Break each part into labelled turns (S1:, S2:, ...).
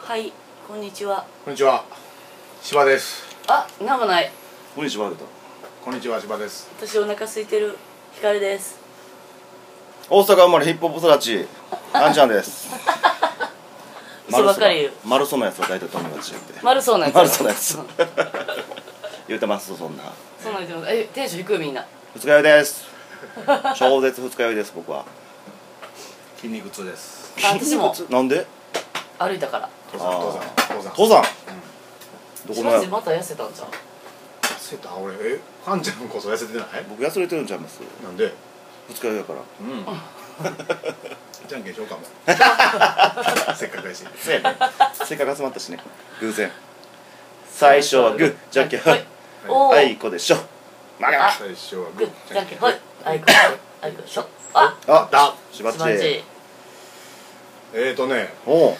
S1: はい、こんにちは。
S2: こんにちは芝です
S1: あ、なんもない。
S3: こんにちは出た
S2: こんにちは芝です
S1: 私お腹空いてる。ひかるです。
S3: 大阪生まれヒップホップ育ちあんちゃんです
S1: 嘘ばっかり言う。
S3: マルソのやつは大体友達やって
S1: 丸そうなやつ。
S3: マルソのやつ
S1: うん
S3: 言うてますそんな
S1: そうなんですよ。え、テンション低いみん な。
S3: 二日酔いです超絶二日酔いです僕は
S2: 筋肉痛です
S1: あ私も
S3: なんで
S1: 歩いたから。
S2: 登山登
S3: あ
S2: 山登山
S3: 登山どこ
S1: し
S3: の
S1: ま
S3: や
S1: じまた痩せたんじゃん。
S2: 痩せた俺えハンちゃんこそ痩せてない
S3: 僕痩せれてるんちゃいます
S2: なんで
S3: 二日酔いだから
S2: うんじゃんけんしようか もせっかくやし
S3: せやねせっかく集まったしね偶然最初はグーじゃんけん
S1: はい。おお。
S3: あい。こでしょ負けた
S2: 最初は
S1: グ
S2: グ
S1: ッ、
S2: ー
S1: じゃんけん。はい。あいこ。あいこ。しょ。あ、
S3: あ
S2: だ
S3: しばっ
S1: す
S3: ち
S1: ばち。
S2: えーとね
S3: お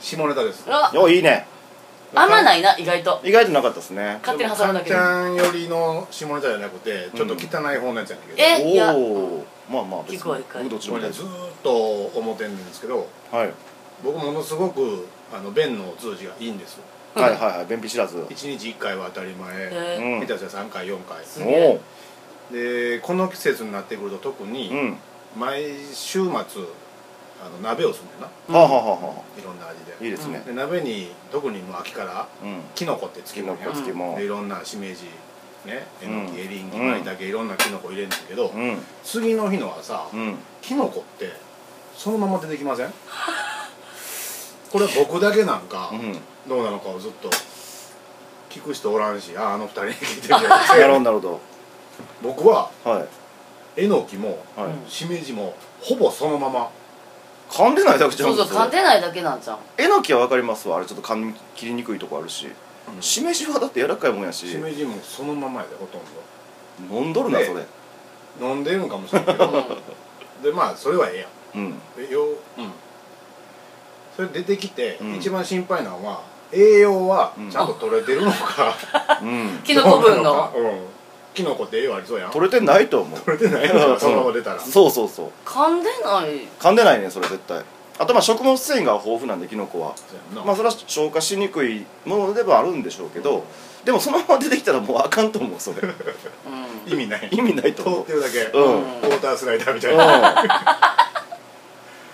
S2: 下ネタです
S1: うわ
S3: おおいいね
S1: あんまないな、意外と。
S3: 意外となかったですね
S1: 勝手に挟むだけ
S2: で
S1: で
S2: も。カンちゃん寄りの下ネタじゃなくてちょっと汚い方のやつやねんけど、
S1: えいや
S3: おおまあまあ別に
S1: 聞くわ一回
S3: 僕どっちで
S2: こ
S3: も
S2: れね
S3: 大
S2: ず
S3: 丈
S2: ーっと思ってんですけど
S3: 夫はい
S2: 僕ものすごくあの便の通じがいいんです
S3: はいはいはい便秘知らず
S2: 一日一回は当たり前
S1: えー
S3: うん
S2: 下手したら3回4回
S1: すげ
S3: お
S1: え
S3: お。
S2: でこの季節になってくると特
S3: う
S2: に
S3: ん
S2: 毎週末あの鍋をするんだよな
S1: うん
S3: はあはあはあはい
S2: ろんな味
S3: あいい
S2: で
S3: ですね
S2: で鍋に特にもう秋から
S3: うん
S2: きのこってつき
S3: 月
S2: も
S3: の
S2: んや
S3: 小月も
S2: でいろんなしめじねえのき
S3: うん
S2: エリンギ
S3: うん
S2: まいたけいろんなきのこ入れるんだけど
S3: うん
S2: 次の日の朝
S3: うん
S2: きのこってそのまま出てきま せんこれ僕だけなんか
S3: うん
S2: どうなのかをずっと聞く人おらんしああの二人に聞いてるんじゃ
S3: なるほど
S2: なくて
S3: なるほ
S2: 僕は
S3: どはい
S2: えのきも
S3: はい
S1: うん
S2: しめじもほぼそのまま
S3: 噛んでないだけじゃ
S1: そ
S3: ん
S1: うそう、噛んでないだけなんじゃん。
S3: えのきはわかりますわあれちょっと噛み切りにくいとこあるし
S2: うんし
S3: しめじはだって柔らかいもんやし
S2: めじもそのままやでほとん
S3: 飲んどるな
S2: ね
S3: それ
S2: ど飲んでるんかもしれん け
S1: う
S2: ど
S1: ん
S2: でまあそれはえ
S3: うん
S2: えやんでよう、うん、それ出てきて、
S3: うん
S2: 一番心配なのは栄養はちゃんと取れてるのか、
S3: うん
S1: キノコ分
S2: どうなか
S1: の。
S2: うんキノコって栄養ありそうやん取
S3: 取れてないと思う
S2: れてないのかそのまま出たら
S3: そうそうそう
S1: 噛んでない。
S3: 噛んでないねそれ絶対あとまあ食物繊維が豊富なんでキノコは
S2: そうやんな
S3: まあそれは消化しにくいものではあるんでしょうけどでもそのまま出てきたらもうあかんと思うそれ
S1: うん。
S2: 意味ない
S3: 意味ないと
S2: 通
S3: 思
S2: っ
S3: う
S2: てるだけ、
S3: うん
S2: ウォータースライダーみたいな、
S3: うん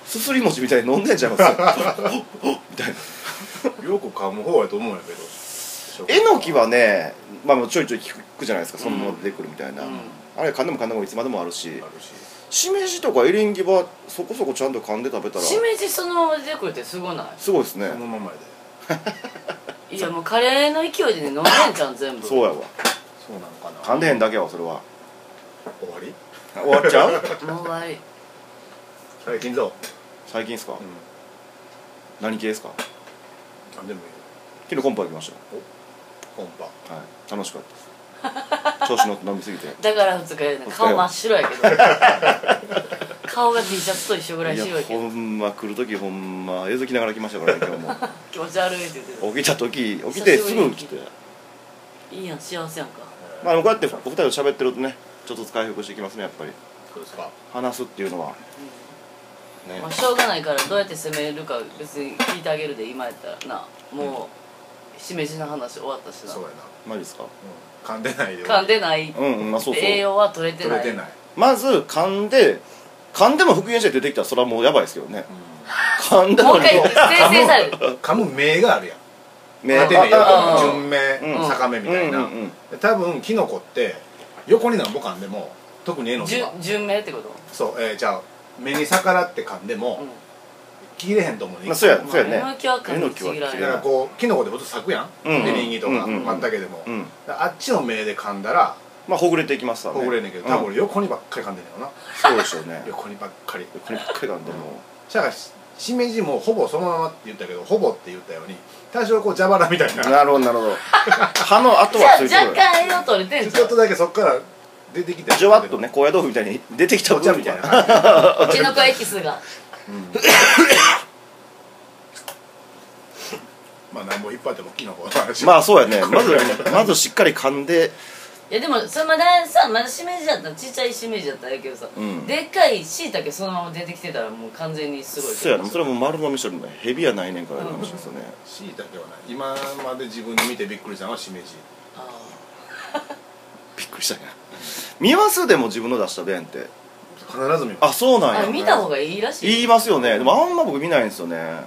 S3: すすり餅みたいに飲んでんちゃいますみたいな
S2: よく噛む方やと思うんやけど
S3: えのきはね、まあ、もうちょいちょい聞くじゃないですかそのまま出てくるみたいな、
S1: うん
S3: あれ噛んでも噛んでもいつまでもあるし
S2: あるし
S3: しめじとかエリンギはそこそこちゃんと噛んで食べたら
S1: しめじそのまま出てくるってすごない。
S3: すごいですね
S2: そのままやで
S1: いやもうカレーの勢いでね飲んでんじゃん全部
S3: そうやわ
S2: そうなのかな
S3: 噛んでへんだけやわそれは
S2: 終わり
S3: 終わっちゃう
S1: もう終わり
S2: 最近ぞ
S3: 最近ですか、
S2: うん
S3: 何系ですか
S2: 何でもいいよ
S3: 昨日コンパ行きまし
S2: コンパ
S3: たよ、はい、楽しかったです調子乗って飲みすぎて
S1: だから二日酔いね
S3: 二日酔い
S1: 顔真っ白やけど 顔が T シャツと一緒ぐらい
S3: いや
S1: 白いけ
S3: ほ
S1: ど
S3: んま来る時ほんまえずきながら来ましたからね今日
S1: 気持ち悪いって言って
S3: も起きた時起きてすぐ来
S1: 久しぶり
S3: て
S1: にたいいやん幸せやんか
S3: まあでもこうやってお二人と喋ってるとねちょっとずつ回復していきますねやっぱり
S2: そうですか
S3: 話すっていうのはね
S1: まあしょうがないからどうやって攻めるか別に聞いてあげるで今やったらなもうしめじの話終わったし
S2: そうやな、
S3: マジですか
S2: うん、噛んでないで
S1: な噛んでない
S3: うんうんまあそうそう
S1: 栄養は取れて
S2: 取
S1: な
S2: れ
S1: い
S2: てない、
S3: まず噛んで噛んでも復元して出てきたらそれはもうやばいですけどね噛んで
S1: もう
S3: も
S1: 一回訂正される
S2: うん、噛む目があるやん
S3: 目
S2: 縦目
S1: ああ
S2: 横
S1: あ
S2: 目順目、
S3: うん
S2: 逆目みたいな、
S3: うんうんうん
S2: で多分キノコって横になんぼ噛んでも特にえのきは
S1: 順順命ってこと
S2: そうえー、じゃあ目に逆らって噛んでも、
S1: うん
S2: 切れへんと思うね、
S3: まあそうやそうやね
S1: えのきは噛みちぎら
S3: えのきは
S1: れ
S2: だ
S3: 切れ
S2: か
S1: る
S3: な
S2: らこうキノコでもっと咲くやん、
S3: うん
S2: エリンギと
S3: う
S2: か
S3: んうんうん
S2: まったけでも、
S3: うん
S2: だからあっちの目で噛んだら
S3: まあほぐれていきますわね
S2: ほぐれんねんけど、
S3: う
S2: 多分俺横にばっかり噛んでんねんよな
S3: そうでしょうね
S2: 横にばっかり
S3: こればっかりなんでも
S2: じゃあししめじもほぼそのままって言ったけどほぼって言ったように多少こう蛇腹みたいうな
S3: なるほどなるほど歯の後
S1: じ
S3: はつい
S1: ゃあ若
S3: て
S1: 干栄養取れてんじ
S2: ち
S1: ゃ
S2: ょ
S1: ん
S2: っとだけそっから出てきて
S3: くるじゅわっとね高野豆腐みたいに出てきた
S2: お茶
S3: 分
S2: み
S3: みた
S2: た
S3: い
S2: い
S3: な
S2: な
S1: キノコエキスが
S2: まあ何も引っ張ってもキノコの話
S3: まあそうやねまずまずしっかり噛んで
S1: いやでもそれまださまだしめじだったちっちゃいしめじだったんやけどさ、
S3: うん
S1: でっかいしいたけそのまま出てきてたらもう完全にすごい
S3: そうやなそれはもう丸飲みしてるのヘビやないねんから
S1: うん
S3: かもしれないですよね
S2: しいたけはない今まで自分で見てびっくりしたのはしめじ
S1: あ
S3: びっくりしたね見ますでも自分の出した弁って
S2: 必ず見ま
S3: あそうなん
S1: あ
S3: や
S1: あ見た方がいいらしい
S3: 言いますよねでもあんま僕見ないんですよねあ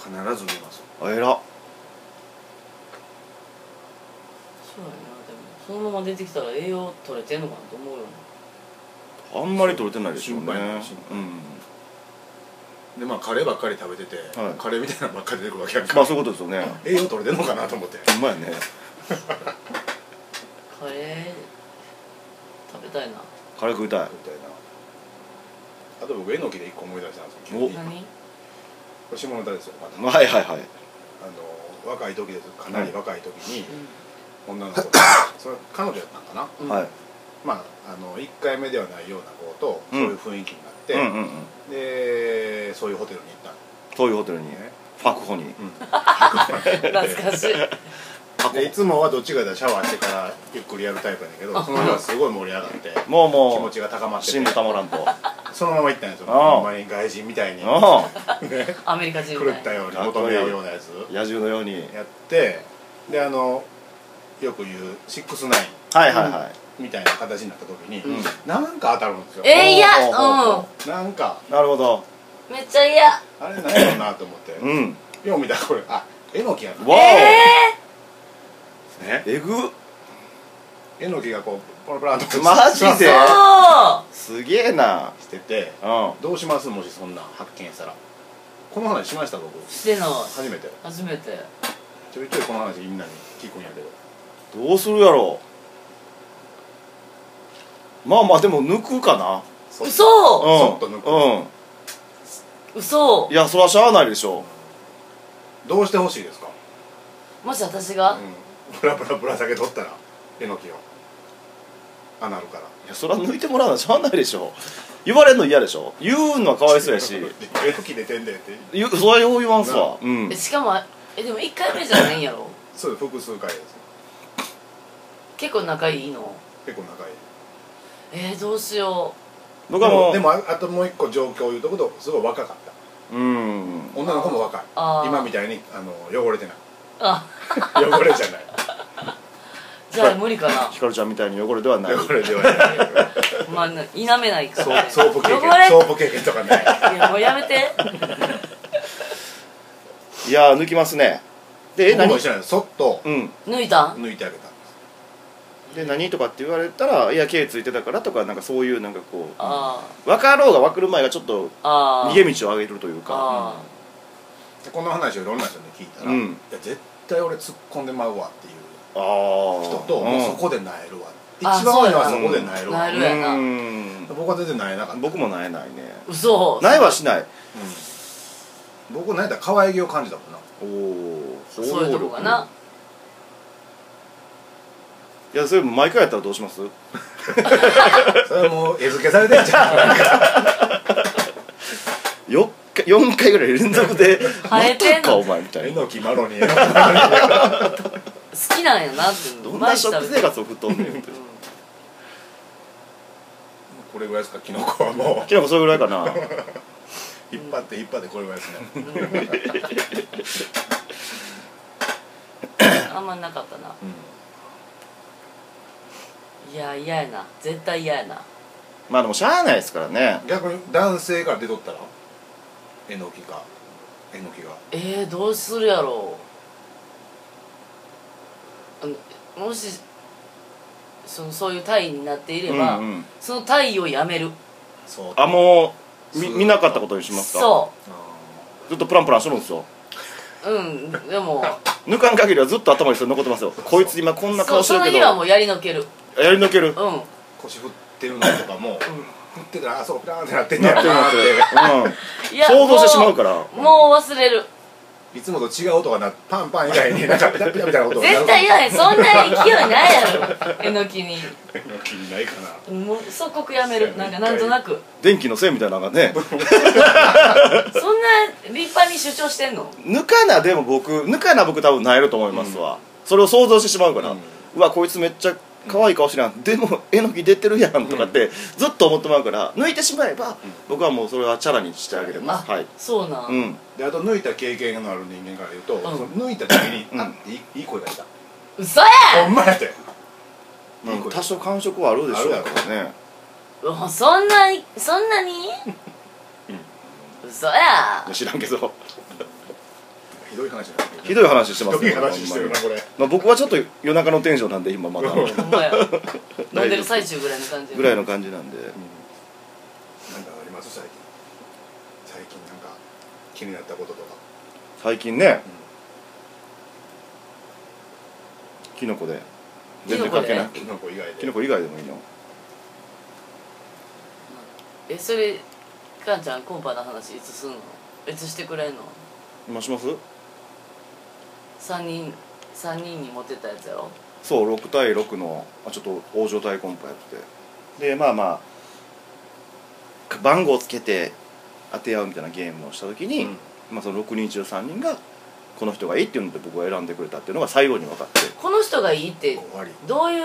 S2: す必ず見ます
S3: 偉っ
S1: そうやなでもそのまま出てきたら栄養取れてんのかなと思うよな
S3: あんまり取れてないでしょうね
S2: 心配な心配
S3: うん
S2: でまあカレーばっかり食べてて、
S3: はい
S2: カレーみたいなのばっかり出てくるわけやんか、
S3: まあそういうことですよね
S2: 栄養取れてんのかなと思って
S3: ほんまやね
S1: カレー食べたいな
S3: カレー食いたい
S2: みたいなあと僕えのきで一個思い出したんですよ急
S3: お
S2: に
S1: 何
S2: 下ネタですよまた
S3: はいはいはい
S2: あの若い時ですかなり若い時に女 の子それ彼女やったんかな
S1: うん
S3: はい
S2: まああの1回目ではないような子とそううんいう雰囲気になって、
S3: うんうんうん
S2: でそういうホテルに行ったん
S3: そういうホテルに
S2: ね
S3: ファクホに
S1: 懐かしい
S2: でいつもはどっちかでシャワーしてからゆっくりやるタイプやねんけどその日はすごい盛り上がって
S3: もうもう
S2: 気持ちが高まってて
S3: 死んでたまらんとあ
S2: そのまま行ったんですよ
S3: ああ
S2: ほんまに外人みたいに狂
S3: あ
S1: アメリカ人みたい
S2: ったように求め合うようなやつ
S3: 野獣のように
S2: やってであのよく言う69
S3: はいはいはい
S2: みたいな形になった時に、
S3: ん
S2: なんか当たるんですよ
S1: えー、いや
S3: ほうほうほうほ
S2: なんか
S3: なるほど
S1: うんめっちゃ嫌
S2: あれなんやろうなと思って、
S3: うん
S2: よう見たらこれあえのきやな
S3: わお
S1: え
S2: ね
S3: えぐっ
S2: えのきがこうパラパラっと
S3: マジで
S1: ー、そ
S3: すげえな
S2: してて
S3: うん
S2: どうしますもしそんなん発見したらこの話しました僕
S1: うしてない
S2: 初めて
S1: 初めて
S2: ちょいちょいこの話みんなに聞くんやけど
S3: どうするやろうまあまあでも抜くかな
S2: そ
S1: 嘘
S3: う
S2: そ
S3: ん
S2: っと抜く
S3: う
S1: 嘘
S3: んいやそれはしゃあないでしょ
S2: どうしてほしいですか、
S1: もし私が、
S2: うん、ブラブラぶら下げとったらえのきをあなるから
S3: いやそれは抜いてもらうのはしゃあないでしょ 言われるの嫌でしょ言うのはかわいそうや し
S2: えのき出てんでんって
S3: 言うそれはよう言わんすわうん
S1: えしかもえでも1回目じゃないんやろ
S2: そう複数回です
S1: 結構仲いいの
S2: 結構仲いい
S1: えー、どうしよ
S3: 僕はもう
S2: でもでもああともう一個状況を言うとことすごい若かった
S3: うん
S2: 女の子も若い
S1: あー
S2: 今みたいにあの汚れてないう
S1: あ
S2: 汚れじゃない
S1: じゃあ無理か な
S3: ひかるちゃんみたいに汚れではない
S2: 汚れ ではない
S1: まあな否めないか
S2: ソ
S1: ら、ね、
S2: ソープ経
S1: 汚れ
S2: 験ソープ経験とかない
S1: いやもうやめて
S3: いやー抜きますねでえ
S2: 僕
S3: 何
S2: も一緒なんですそっと
S3: うん
S1: 抜いたん
S2: 抜いてあげた
S3: で何とかって言われたらいや毛ついてたからとかなんかそういうなんかこ
S1: あ
S3: う分かろうが分かる前がちょっと
S1: あああ
S3: 逃げ道を上げるというか
S1: あ
S2: でこの話をいろんな人に聞いたら、
S3: うん
S2: いや絶対俺突っ込んでまうわっていう
S3: ああ
S2: 人と、もうそこでなえるわ一番
S1: そう
S2: 多い
S1: やな
S2: のはそこでなえるわ、
S1: なえるやな
S3: うん
S2: 僕は全然なえなかった、
S3: 僕もなえないね
S1: 嘘
S3: ないはしない
S2: うん僕なんやったら可愛げを感じたもんな
S3: おお
S1: そういうとこかない
S3: やそれ毎回やったらどうします
S2: それはもう餌付けされてんじゃん
S3: 4回四回ぐらい連続で「
S1: 生えてんの
S3: またかお前」み た
S2: え
S3: いな
S2: のきまろに
S1: 好きなんやなって
S3: どんな食生
S1: が
S3: 活送っとんねん
S2: これぐらいですかキノコはも
S3: きなこそれぐらいかな
S2: う引っ張って引っ張ってこれぐらいですね
S1: あんまなかったな
S2: うん
S1: いや嫌やな絶対嫌やな
S3: まあでもしゃあないですからね
S2: 逆に男性から出とったらえのきがえのきが
S1: えー、どうするやろうあのもしそのそういう体位になっていれば、
S3: うんうん
S1: その体位をやめる
S2: そう
S3: あもうみ見なかったことにしますか
S1: そ
S3: ずっとプランプランしてるんですよ
S1: ううんで も
S3: 抜かん限りはずっと頭にそれ残ってますよこいつ今こんな
S1: そう
S3: 顔して
S1: そ
S3: る
S1: の
S3: け
S1: 日
S3: ど
S1: はもうやりのける
S3: やり抜 ける
S1: うん
S2: 腰振ってるのとかも、振ってたらあそうピラーンってなってんね
S3: な
S2: や
S3: ってるな
S2: なっ
S3: っ
S2: てて
S3: るうん
S1: いや
S3: 想像してしまうから
S1: もうもう忘れる
S2: いつもと違う音がなパンパン以外になんかピタピタみたいな音が鳴る
S1: 絶対嫌やそんな勢いないやろえのきに
S2: 気にないかな
S1: もう即刻やめるなんかなんとなく
S3: 電気のせいみたいなのがね
S1: そんな立派に主張してんの
S3: 抜かなでも僕抜かな僕多分萎えると思いますわ、それを想像してしまうから、
S2: う
S3: う
S2: ん
S3: わこいつめっちゃ可愛い顔してるやんでもえのき出てるやんとかってずっと思ってまうから抜いてしまえば僕はもうそれはチャラにしてあげれます
S1: あ
S3: はい
S1: そうなん、
S3: うん
S2: であと抜いた経験のある人間から言うと、
S1: ん
S2: その抜いた時に、
S3: うん
S2: あいいいい声出した
S1: 嘘や
S2: ほんまやって
S3: まあ
S2: いい声
S3: 多少感触はあるでしょうからね
S1: もうそんなにそんなに、嘘や
S3: 知らんけど
S2: ひどい話だ
S3: ひどい話してます
S2: ひどい話してるな
S3: ほん
S2: これ
S3: まにまあ僕はちょっと夜中のテンションなんで今まだ
S2: うん
S1: ほん まや飲んでる最中ぐらいの感じ
S3: ぐらいの感じなんで
S2: なんかあります最近最近なんか気になったこととか
S3: 最近ねキノコで全然関係ない
S1: キ
S2: キノコ以外で
S3: キノコ以外でもいいの
S1: えそれかんちゃんコンパの話いつすんのいつしてくれんの
S3: 今します
S1: 3人三人にモテたやつやろ
S3: そう6対6のまあちょっと大所帯コンパやっててでまあまあ番号つけて当て合うみたいなゲームをした時に、
S2: うん
S3: まあ、その6人中3人がこの人がいいっていうので僕が選んでくれたっていうのが最後に分かって
S1: この人がいいって
S2: 終わり
S1: どういう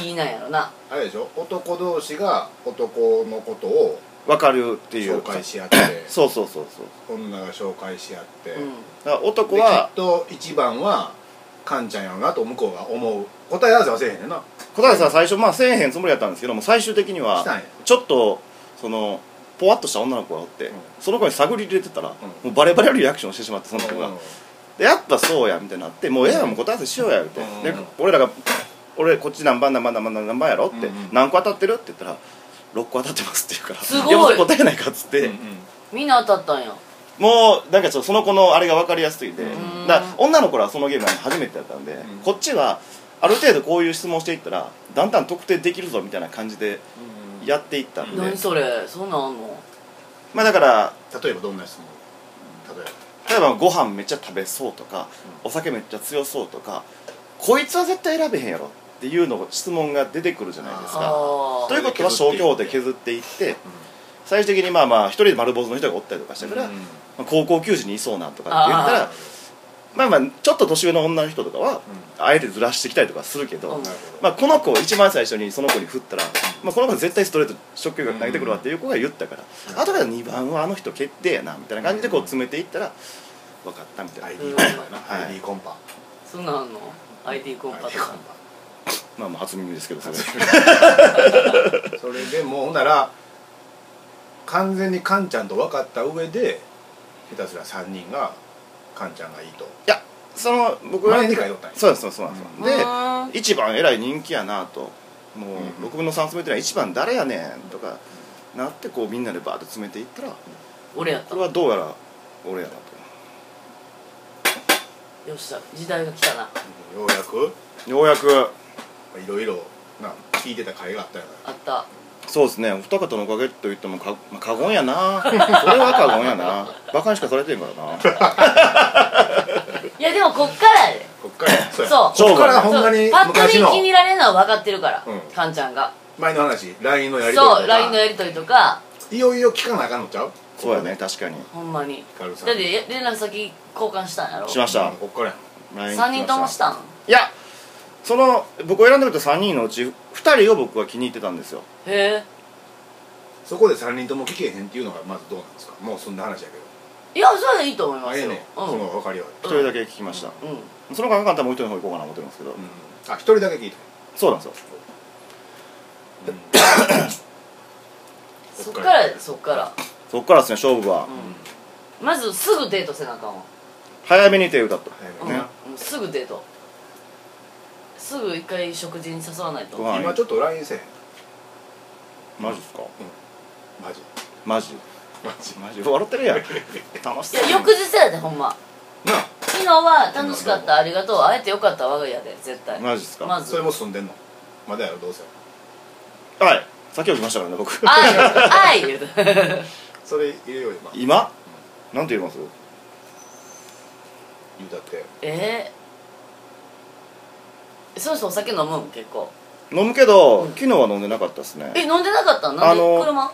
S1: いいなんやろな
S2: あれでしょ男同士が男のことを
S3: 分かるっていう
S2: 紹介し合って
S3: そうそうそうそう
S2: 女が紹介し合って、
S1: うん
S3: だから男
S2: でき
S3: は
S2: っと一番はカンちゃんやろなと向こうが思う答え合わせはせえへんねんな
S3: 小谷さん最初まあせえへんつもりやったんですけども最終的には
S2: したんや
S3: ちょっとそのポワッとした女の子がおって、
S2: ん
S3: その子に探り入れてたら、も
S2: ん
S3: うバレバレリアクションしてしまってその子が、でやっぱそうやみたいになってもうええやんもう答え合わせしようやみたいな、
S2: うん
S3: で俺らが「俺こっち何番何番何番何番やろ?」って、
S2: うんうん
S3: 何個当たってる?」って言ったら「6個当たってます」って言うから「
S1: すごい
S3: やっぱ答えないか」っつって、
S2: うんうん
S1: みんな当たったんや
S3: もうなんかちょっとその子のあれが分かりやすすぎて、
S1: ん
S3: だから女の子らはそのゲームは初めてだったんで、
S2: ん
S3: こっちはある程度こういう質問していったらだんだん特定できるぞみたいな感じで
S2: うん
S3: やっていったんで、
S1: 何それそんなんあんの
S3: まあだから
S2: 例えばどんな質問例えば
S3: 例えばご飯めっちゃ食べそうとか、お酒めっちゃ強そうとかこいつは絶対選べへんやろっていうのが質問が出てくるじゃないですか。
S1: あ
S3: ということは消去法で削っていって最終的にまあまあ一人で丸坊主の人がおったりとかしたから、
S2: うん
S3: まあ高校球児にいそうなとかって言った
S1: あ
S3: らまあまあちょっと年上の女の人とかは、あえてずらしてきたりとかするけど、
S1: うん
S2: なるほど
S3: まあ、この子を一番最初にその子に振ったら、まあ、この子絶対ストレート直球が投げてくるわっていう子が言ったから、
S2: う
S3: 後
S2: ん
S3: あとから2番はあの人決定やなみたいな感じでこう詰めていったら分かったみたいな、
S2: ID コンパやな、
S3: はい
S2: ID コンパ
S1: そんなんあんの ID コンパ
S2: ID
S1: と
S2: コン
S1: か
S3: まあまあ初耳ですけどそれ
S2: パそれでもうほんなら完全にカンちゃんと分かった上で下手すら3人がカンちゃんがいいと
S3: その僕は
S2: 前に書いとったんや
S3: そうですそうですそうなんです
S1: う
S3: よ、
S1: ーん
S3: で一番偉い人気やなとも
S2: うん
S3: う6分の3詰めてるのは一番誰やねんとかなってこうみんなでバーッと詰めていったら
S1: 俺やった
S3: これはどうやら俺やなと
S1: よっしゃ時代が来たな
S2: うんようやく
S3: ようやく
S2: まあいろいろな聞いてた甲斐があったよ
S1: あった
S3: そうですねお二方のおかげと言ってもか、まあ、過言やなそれは過言やなバカにしかされてんからな
S1: いやでもこっからやで
S2: こっから そうや
S1: そう
S2: こっからほんま
S1: そ
S2: に
S1: うパッと
S2: 昔
S1: 見
S2: の
S1: 気に入られるのは分かってるから、
S2: うん
S1: カンちゃんが
S2: 前の話 LINE のやりとりと
S1: そう LINE の
S2: か
S1: やり取りとか
S2: いよいよ聞かなあかんのちゃう
S3: そうやね確かに
S1: ほんまに
S2: ヒカルさん
S1: だって連絡先交換したんやろ
S3: しました
S2: うんこっからやん
S1: 3人ともしたん
S3: いやその僕を選んでくれた3人のうち2人を僕は気に入ってたんですよ
S1: へ
S2: そこで3人とも聞けへんっていうのがまずどうなんですかもうそんな話やけど
S1: えいやそれでいいと思いま
S2: あ
S1: す
S2: ええ
S1: よ、
S2: ね
S1: うん
S2: その分かりよ
S3: 1人だけ聞きました、
S1: うん
S3: その考え方はもう1人の方行こうかな思ってるんですけど、
S2: う、うん、あ一人だけ聞いた
S3: そうなんですよ
S1: そっからやでそっから
S3: そっからですね勝負は、
S1: うんまずすぐデートせなあかんわ
S3: 早めに手を打ったと、
S2: 早め
S1: う
S2: に
S1: ん、
S2: ね
S1: うんすぐデートすぐ一回食事に誘わないと
S3: ご飯
S2: 今ちょっと LINE せえへん
S3: マジっすか
S2: マジ
S3: マジ
S2: マジ
S3: マジ笑ってるやん楽し
S1: い
S3: そう
S1: や翌日やでほんま
S2: なあ
S1: 昨日は楽しかったありがとう会えてよかった我が家で絶対
S3: マジっすか
S1: まず
S2: それも住んでんのまだやろどうせ
S3: はい先を来ましたからね僕
S1: 愛愛言うて
S2: それ入れようよ今
S3: 今なんて言います
S2: 言うたって
S1: えー、その人お酒飲むん結構
S3: 飲むけど、
S1: うん
S3: 昨日は飲んでなかったですね
S1: え飲んでなかったんな
S3: あ
S1: んで
S3: の
S1: 車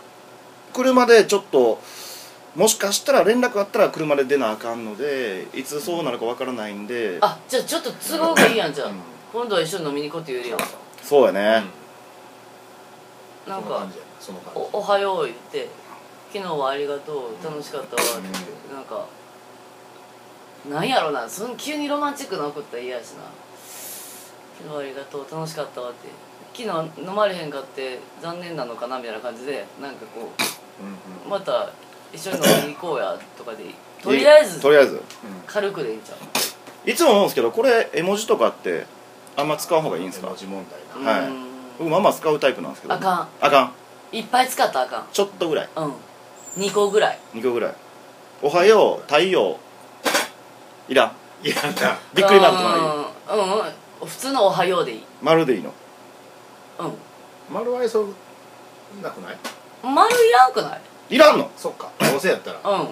S3: 車でちょっともしかしたら連絡あったら車で出なあかんのでいつそうなるかわからないんで
S1: あじゃあちょっと都合がいいやんじゃあ、
S2: うん
S1: 今度は一緒に飲みに行こうって言えるやん
S3: そうやね、
S2: うん、
S1: なん
S2: その
S1: か
S2: 感じやなその
S1: 「
S2: 感じ
S1: おおはよう」言って「昨日はありがとう楽しかったわ」って言ってなんかなんやろなその急にロマンチックな送ったら嫌やしな「昨日はありがとう楽しかったわ」って「昨日飲まれへんかって残念なのかな」みたいな感じでなんかこ
S2: う
S1: う
S2: ん
S1: また一緒に飲みに行こうやとかでいいとりあえず
S3: とりあえず
S1: 軽くでいいんちゃう
S3: いつも思うんですけどこれ絵文字とかってあんま使う方がいいんです
S2: うん
S3: か
S2: 文字問題な
S3: はい
S1: うん
S3: 僕まあまあ使うタイプなんですけど
S1: あかん
S3: あかん
S1: いっぱい使ったらあかん
S3: ちょっとぐらい
S1: うん2個ぐらい
S3: 2個ぐらい「おはよう」「太陽」いらん
S2: いやな
S3: びっくりマークとかない
S1: うんうんうん普通の「おはよう」でいい
S3: まるでいいの
S1: う
S2: 丸愛想なくない
S1: ん丸いらんくない
S3: いらんの
S2: そっかどうせやったら
S1: うんうん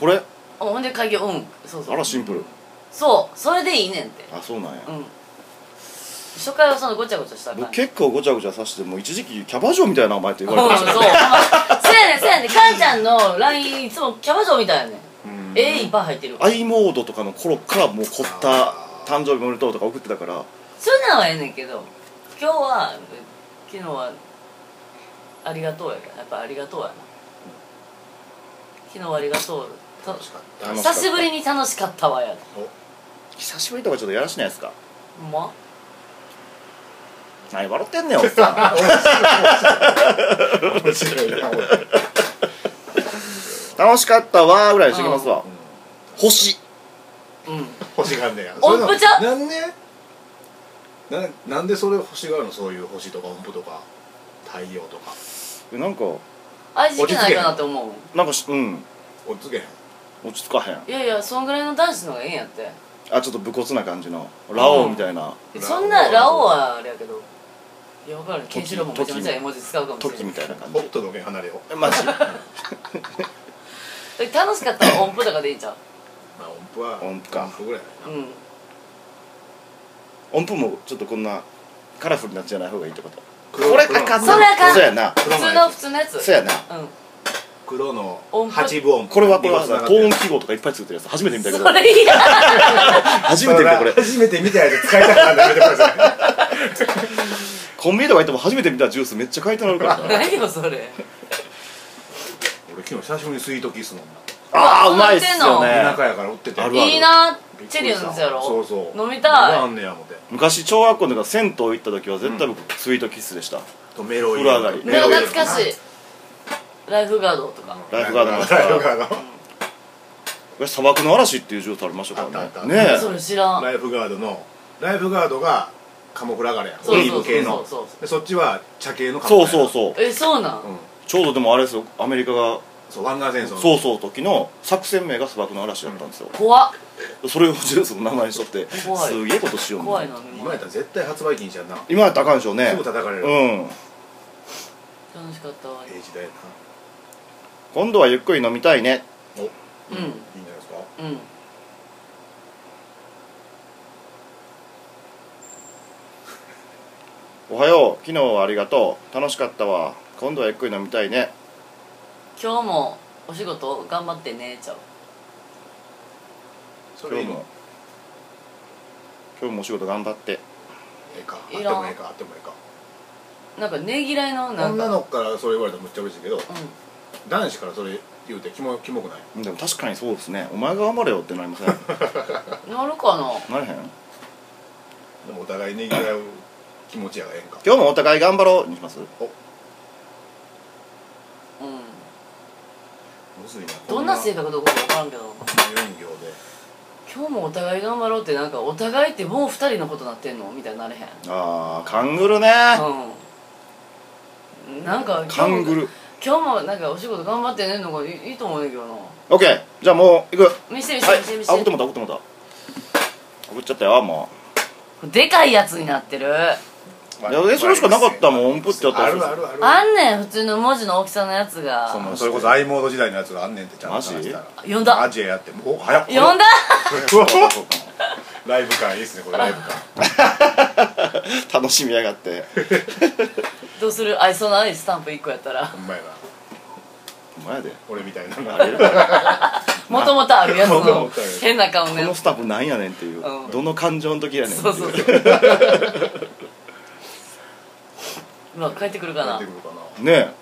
S3: これ
S1: ほんで会議うんそうそ
S3: あ
S1: う
S3: らシンプル
S1: そうそれでいいねんって
S3: あそうなんや
S1: うん初回はそのごちゃごちゃした感
S3: 僕
S1: じ
S3: 結構ごちゃごちゃさしてもう一時期キャバ嬢みたいな名前って
S1: うん
S3: 言
S1: そう
S3: わ
S1: ほんま
S3: れてました
S1: そう
S3: ね
S1: やねんそうやねんかんちゃんの LINE いつもキャバ嬢みたいやねん
S2: うん
S1: えいっぱい入ってる
S3: アイモードとかの頃からもう凝った
S2: あー
S3: 誕生日おめでとうとか送ってたから
S1: そんなんはええねんけど今日はえ昨日はありがとうやからやっぱありがとうやな昨日はありがとうた
S2: 楽しかった
S3: 楽しか
S1: 久しぶりに楽しかったわやで
S2: お
S3: 久しぶりとかちょっとやらしないですか
S1: ほんま
S3: 何笑ってんねんおっさ
S2: 面白いな俺
S3: ん楽しかったわーぐらいにしてきますわ
S2: うん
S3: 星
S1: うん
S2: 欲しがんねや
S1: 音符ちゃう
S2: それななんでななんでそれ欲しがるのそういう星とか音符とか太陽とか
S3: えなんか
S1: 愛してないかなって思う
S3: なんかしうん
S2: おっつけへん
S3: 落ち着かへん
S1: いやいやそんぐらいの男子の方がええんやって
S3: あちょっと武骨な感じのラオウみたいな
S2: うん
S1: そんなラオウはあれやけどいや分からんケンシロウもめちゃめちゃ絵文字使うかもしれ
S3: 時みたいな感
S2: ホットのけ離れよう
S3: じ マジ
S1: ない楽しかったら音符とかでいいんちゃう
S2: まあ音符は
S3: 音符か
S2: 音符ぐらいや
S1: うん
S3: 音符もちょっとこんなカラフルになっちゃわない方がいいってこと
S2: 黒
S3: これかかんな
S1: それあかん
S3: そうやな
S2: 黒
S1: 普
S2: の
S1: 通の
S2: や
S1: 普通のやつ
S3: そうやな
S1: うん
S2: 黒の
S1: 音符
S2: 八分音符
S3: これはこれは
S2: 二個繋
S3: さ
S2: がっ
S3: 高
S2: てる
S3: 音記号とかいっぱい作ってるやつ初めて見たけど
S1: それいや
S3: 初めて見たこれ
S2: そ初めて見たやつ使いたくなるのやめてく ださい
S3: コンビニとか行っても初めて見たジュースめっちゃ書いてあるか らな
S1: 何よそれ
S2: 俺昨日久しぶりにスイートキス飲んだ
S3: あーうまいっすよ
S2: 田
S3: ね
S2: 舎やから売ってて
S3: あるわ
S1: いいな
S2: びっ
S1: チ
S2: くりした
S1: ェリーのやつやろ
S2: そうそう
S1: 飲みた
S2: あ
S1: い
S2: んねや思て
S3: 昔小学校の時は銭湯行った時は絶対僕スイートキスでした
S2: とメロイ
S3: 風呂上がり
S1: でも懐か
S2: い
S1: しいライフガードとか
S3: ライフガードの
S2: ライフガー
S3: え砂漠の嵐っていうジュースありましたか
S2: あ
S3: ら
S2: ったあった
S3: ねねえ
S1: それ知ら
S2: ド
S1: ん
S2: ライフガードのライフガードがカモフラガレやん
S1: そ
S2: オ
S1: う
S2: リー
S1: そう
S2: ブ
S1: そう
S2: 系
S1: そう
S2: の
S1: そう
S2: でそっちは茶系のカ
S3: そ
S2: モ
S3: う
S2: フラ
S3: そうそう
S1: えそうなん
S2: うん
S3: ちょうどでもあれですよアメリカが
S2: そう湾岸戦争の
S3: そうそう時の作戦名が砂漠の嵐だったんですよ、
S1: 怖っ
S3: それをジュースの名前にしとって
S1: 怖い
S3: すげえことしよう
S1: 怖いな
S2: 今やったら絶対発売禁止やんな
S3: 今やったらあかんでしょうね
S2: すぐ叩かれる
S3: うん
S1: 楽しかったわ
S2: ええ時代やな
S3: 今度はゆっくり飲みたいね
S2: おいいん
S1: うん
S2: じゃないですか
S1: うん
S3: おはよう昨日はありがとう楽しかったわ今度はゆっくり飲みたいね
S1: 今日もお仕事頑張ってねちゃう
S2: そ
S3: 今
S2: れいい
S3: 日
S2: の
S3: も今日もお仕事頑張って
S2: ええかあって
S1: いらん
S2: もええかあってもええか
S1: なんかねぎらいのなんか
S2: 女の子からそれ言われたらむっちゃ嬉しいけど
S1: う
S2: 男子からそれ言うてキモキモくない
S3: でも確かにそうですねお前が頑張れよってなりま せ
S1: ん
S3: ん
S1: なるかな
S3: なれへん
S2: でもお互いねぎらう気持ちやがええんか
S3: 今日もお互い頑張ろうにします
S1: うん
S2: むずいな
S1: どんな性格どこか分からんけど
S2: 4行で
S1: 今日もお互い頑張ろうってなんかお互いってもう二人のことなってんのみたいになれへん
S3: あーカングルね
S1: うんなんか
S3: カング
S1: 今
S3: ル
S1: 日も今日もなんかお仕事頑張ってねんのがいいいと思うねんだけどな
S3: オッケーじゃあもう行く
S1: 見せて見せ
S3: はい
S1: て見せて見
S3: あぶ
S1: せて
S3: ってもたあぶってもたあぶっちゃったよも
S1: でかいやつになってる
S3: ういやえそれしかなかったもん音符ってやった
S2: あ
S3: ら
S2: るあるある
S1: あんねん普通の文字の大きさのやつ
S2: そ
S1: が
S2: のそれこそ i モード時代のやつがあんねんってちゃんと話したら
S1: 呼んだ
S2: アジアやってもうお早っ
S1: 呼んだ
S2: うわ
S3: そうか
S2: ライブ感いいっすねこれライ ブ感
S3: 楽しみやがって
S1: どうする愛想のないスタンプ1個やった ら
S2: ほんまやな
S3: お前やで
S2: 俺み たいな
S3: あ
S2: の
S3: れこ
S1: もともとあるやつ
S2: 元々あ
S1: の
S2: る
S1: 変な顔のや
S3: の
S1: つ
S3: スタッフなんやねんっていう
S1: うん
S3: どの感情の時やねんって
S1: そうそう
S3: い
S1: そうううわ帰ってくるかな
S2: 帰ってくるかな
S3: ね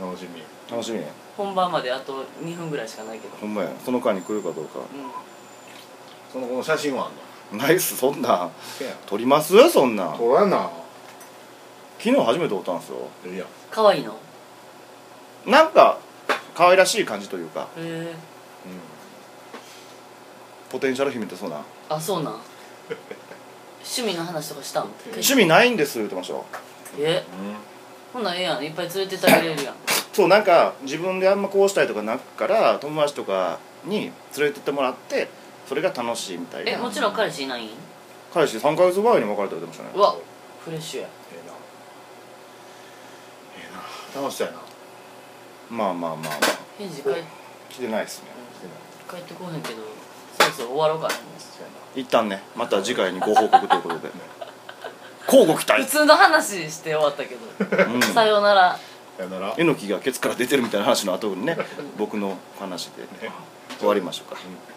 S2: 楽しみ
S3: え楽しみね
S1: 本番まであと2分ぐらいしかないけど
S3: ほんまやその間に来るかどうか
S1: う
S2: その子の写真はあんの
S3: ナイスそんなん
S2: せや
S3: 撮りますそんなん昨
S2: 撮らな
S3: 日初めておったんですよ
S2: いや
S1: ん可愛いのへ
S3: なんか可愛らしい感じというか
S1: え
S3: ポテンシャル秘めてそうな
S1: あそうなん趣味の話とかしたん
S3: 趣味ないんです言ってましたよ
S1: え
S2: うん、うん、
S1: ほんならええやんいっぱい連れてってあげれるやん
S3: そうなんか自分であんまこうしたいとかなくから友達とかに連れてってもらってそれが楽しいみたいな
S1: えもちろん彼氏いないん
S3: 彼氏3ヶ月前に別れたって言ってましたね
S1: うわフレッシュや
S2: ええなええな楽しそうやな
S3: まあまあまあまあ
S1: 返事返っ
S3: 来てないですね
S2: してない
S1: 帰ってこへんけどそろそろ終わろうか
S2: そうやな
S3: 一旦ねまた次回にご報告ということで交互期
S1: 普
S3: 待
S1: 通の話して終わったけどさようなら
S2: さよなら
S3: えのきがケツから出てるみたいな話の後にね僕の話で終わりましょうか
S2: うん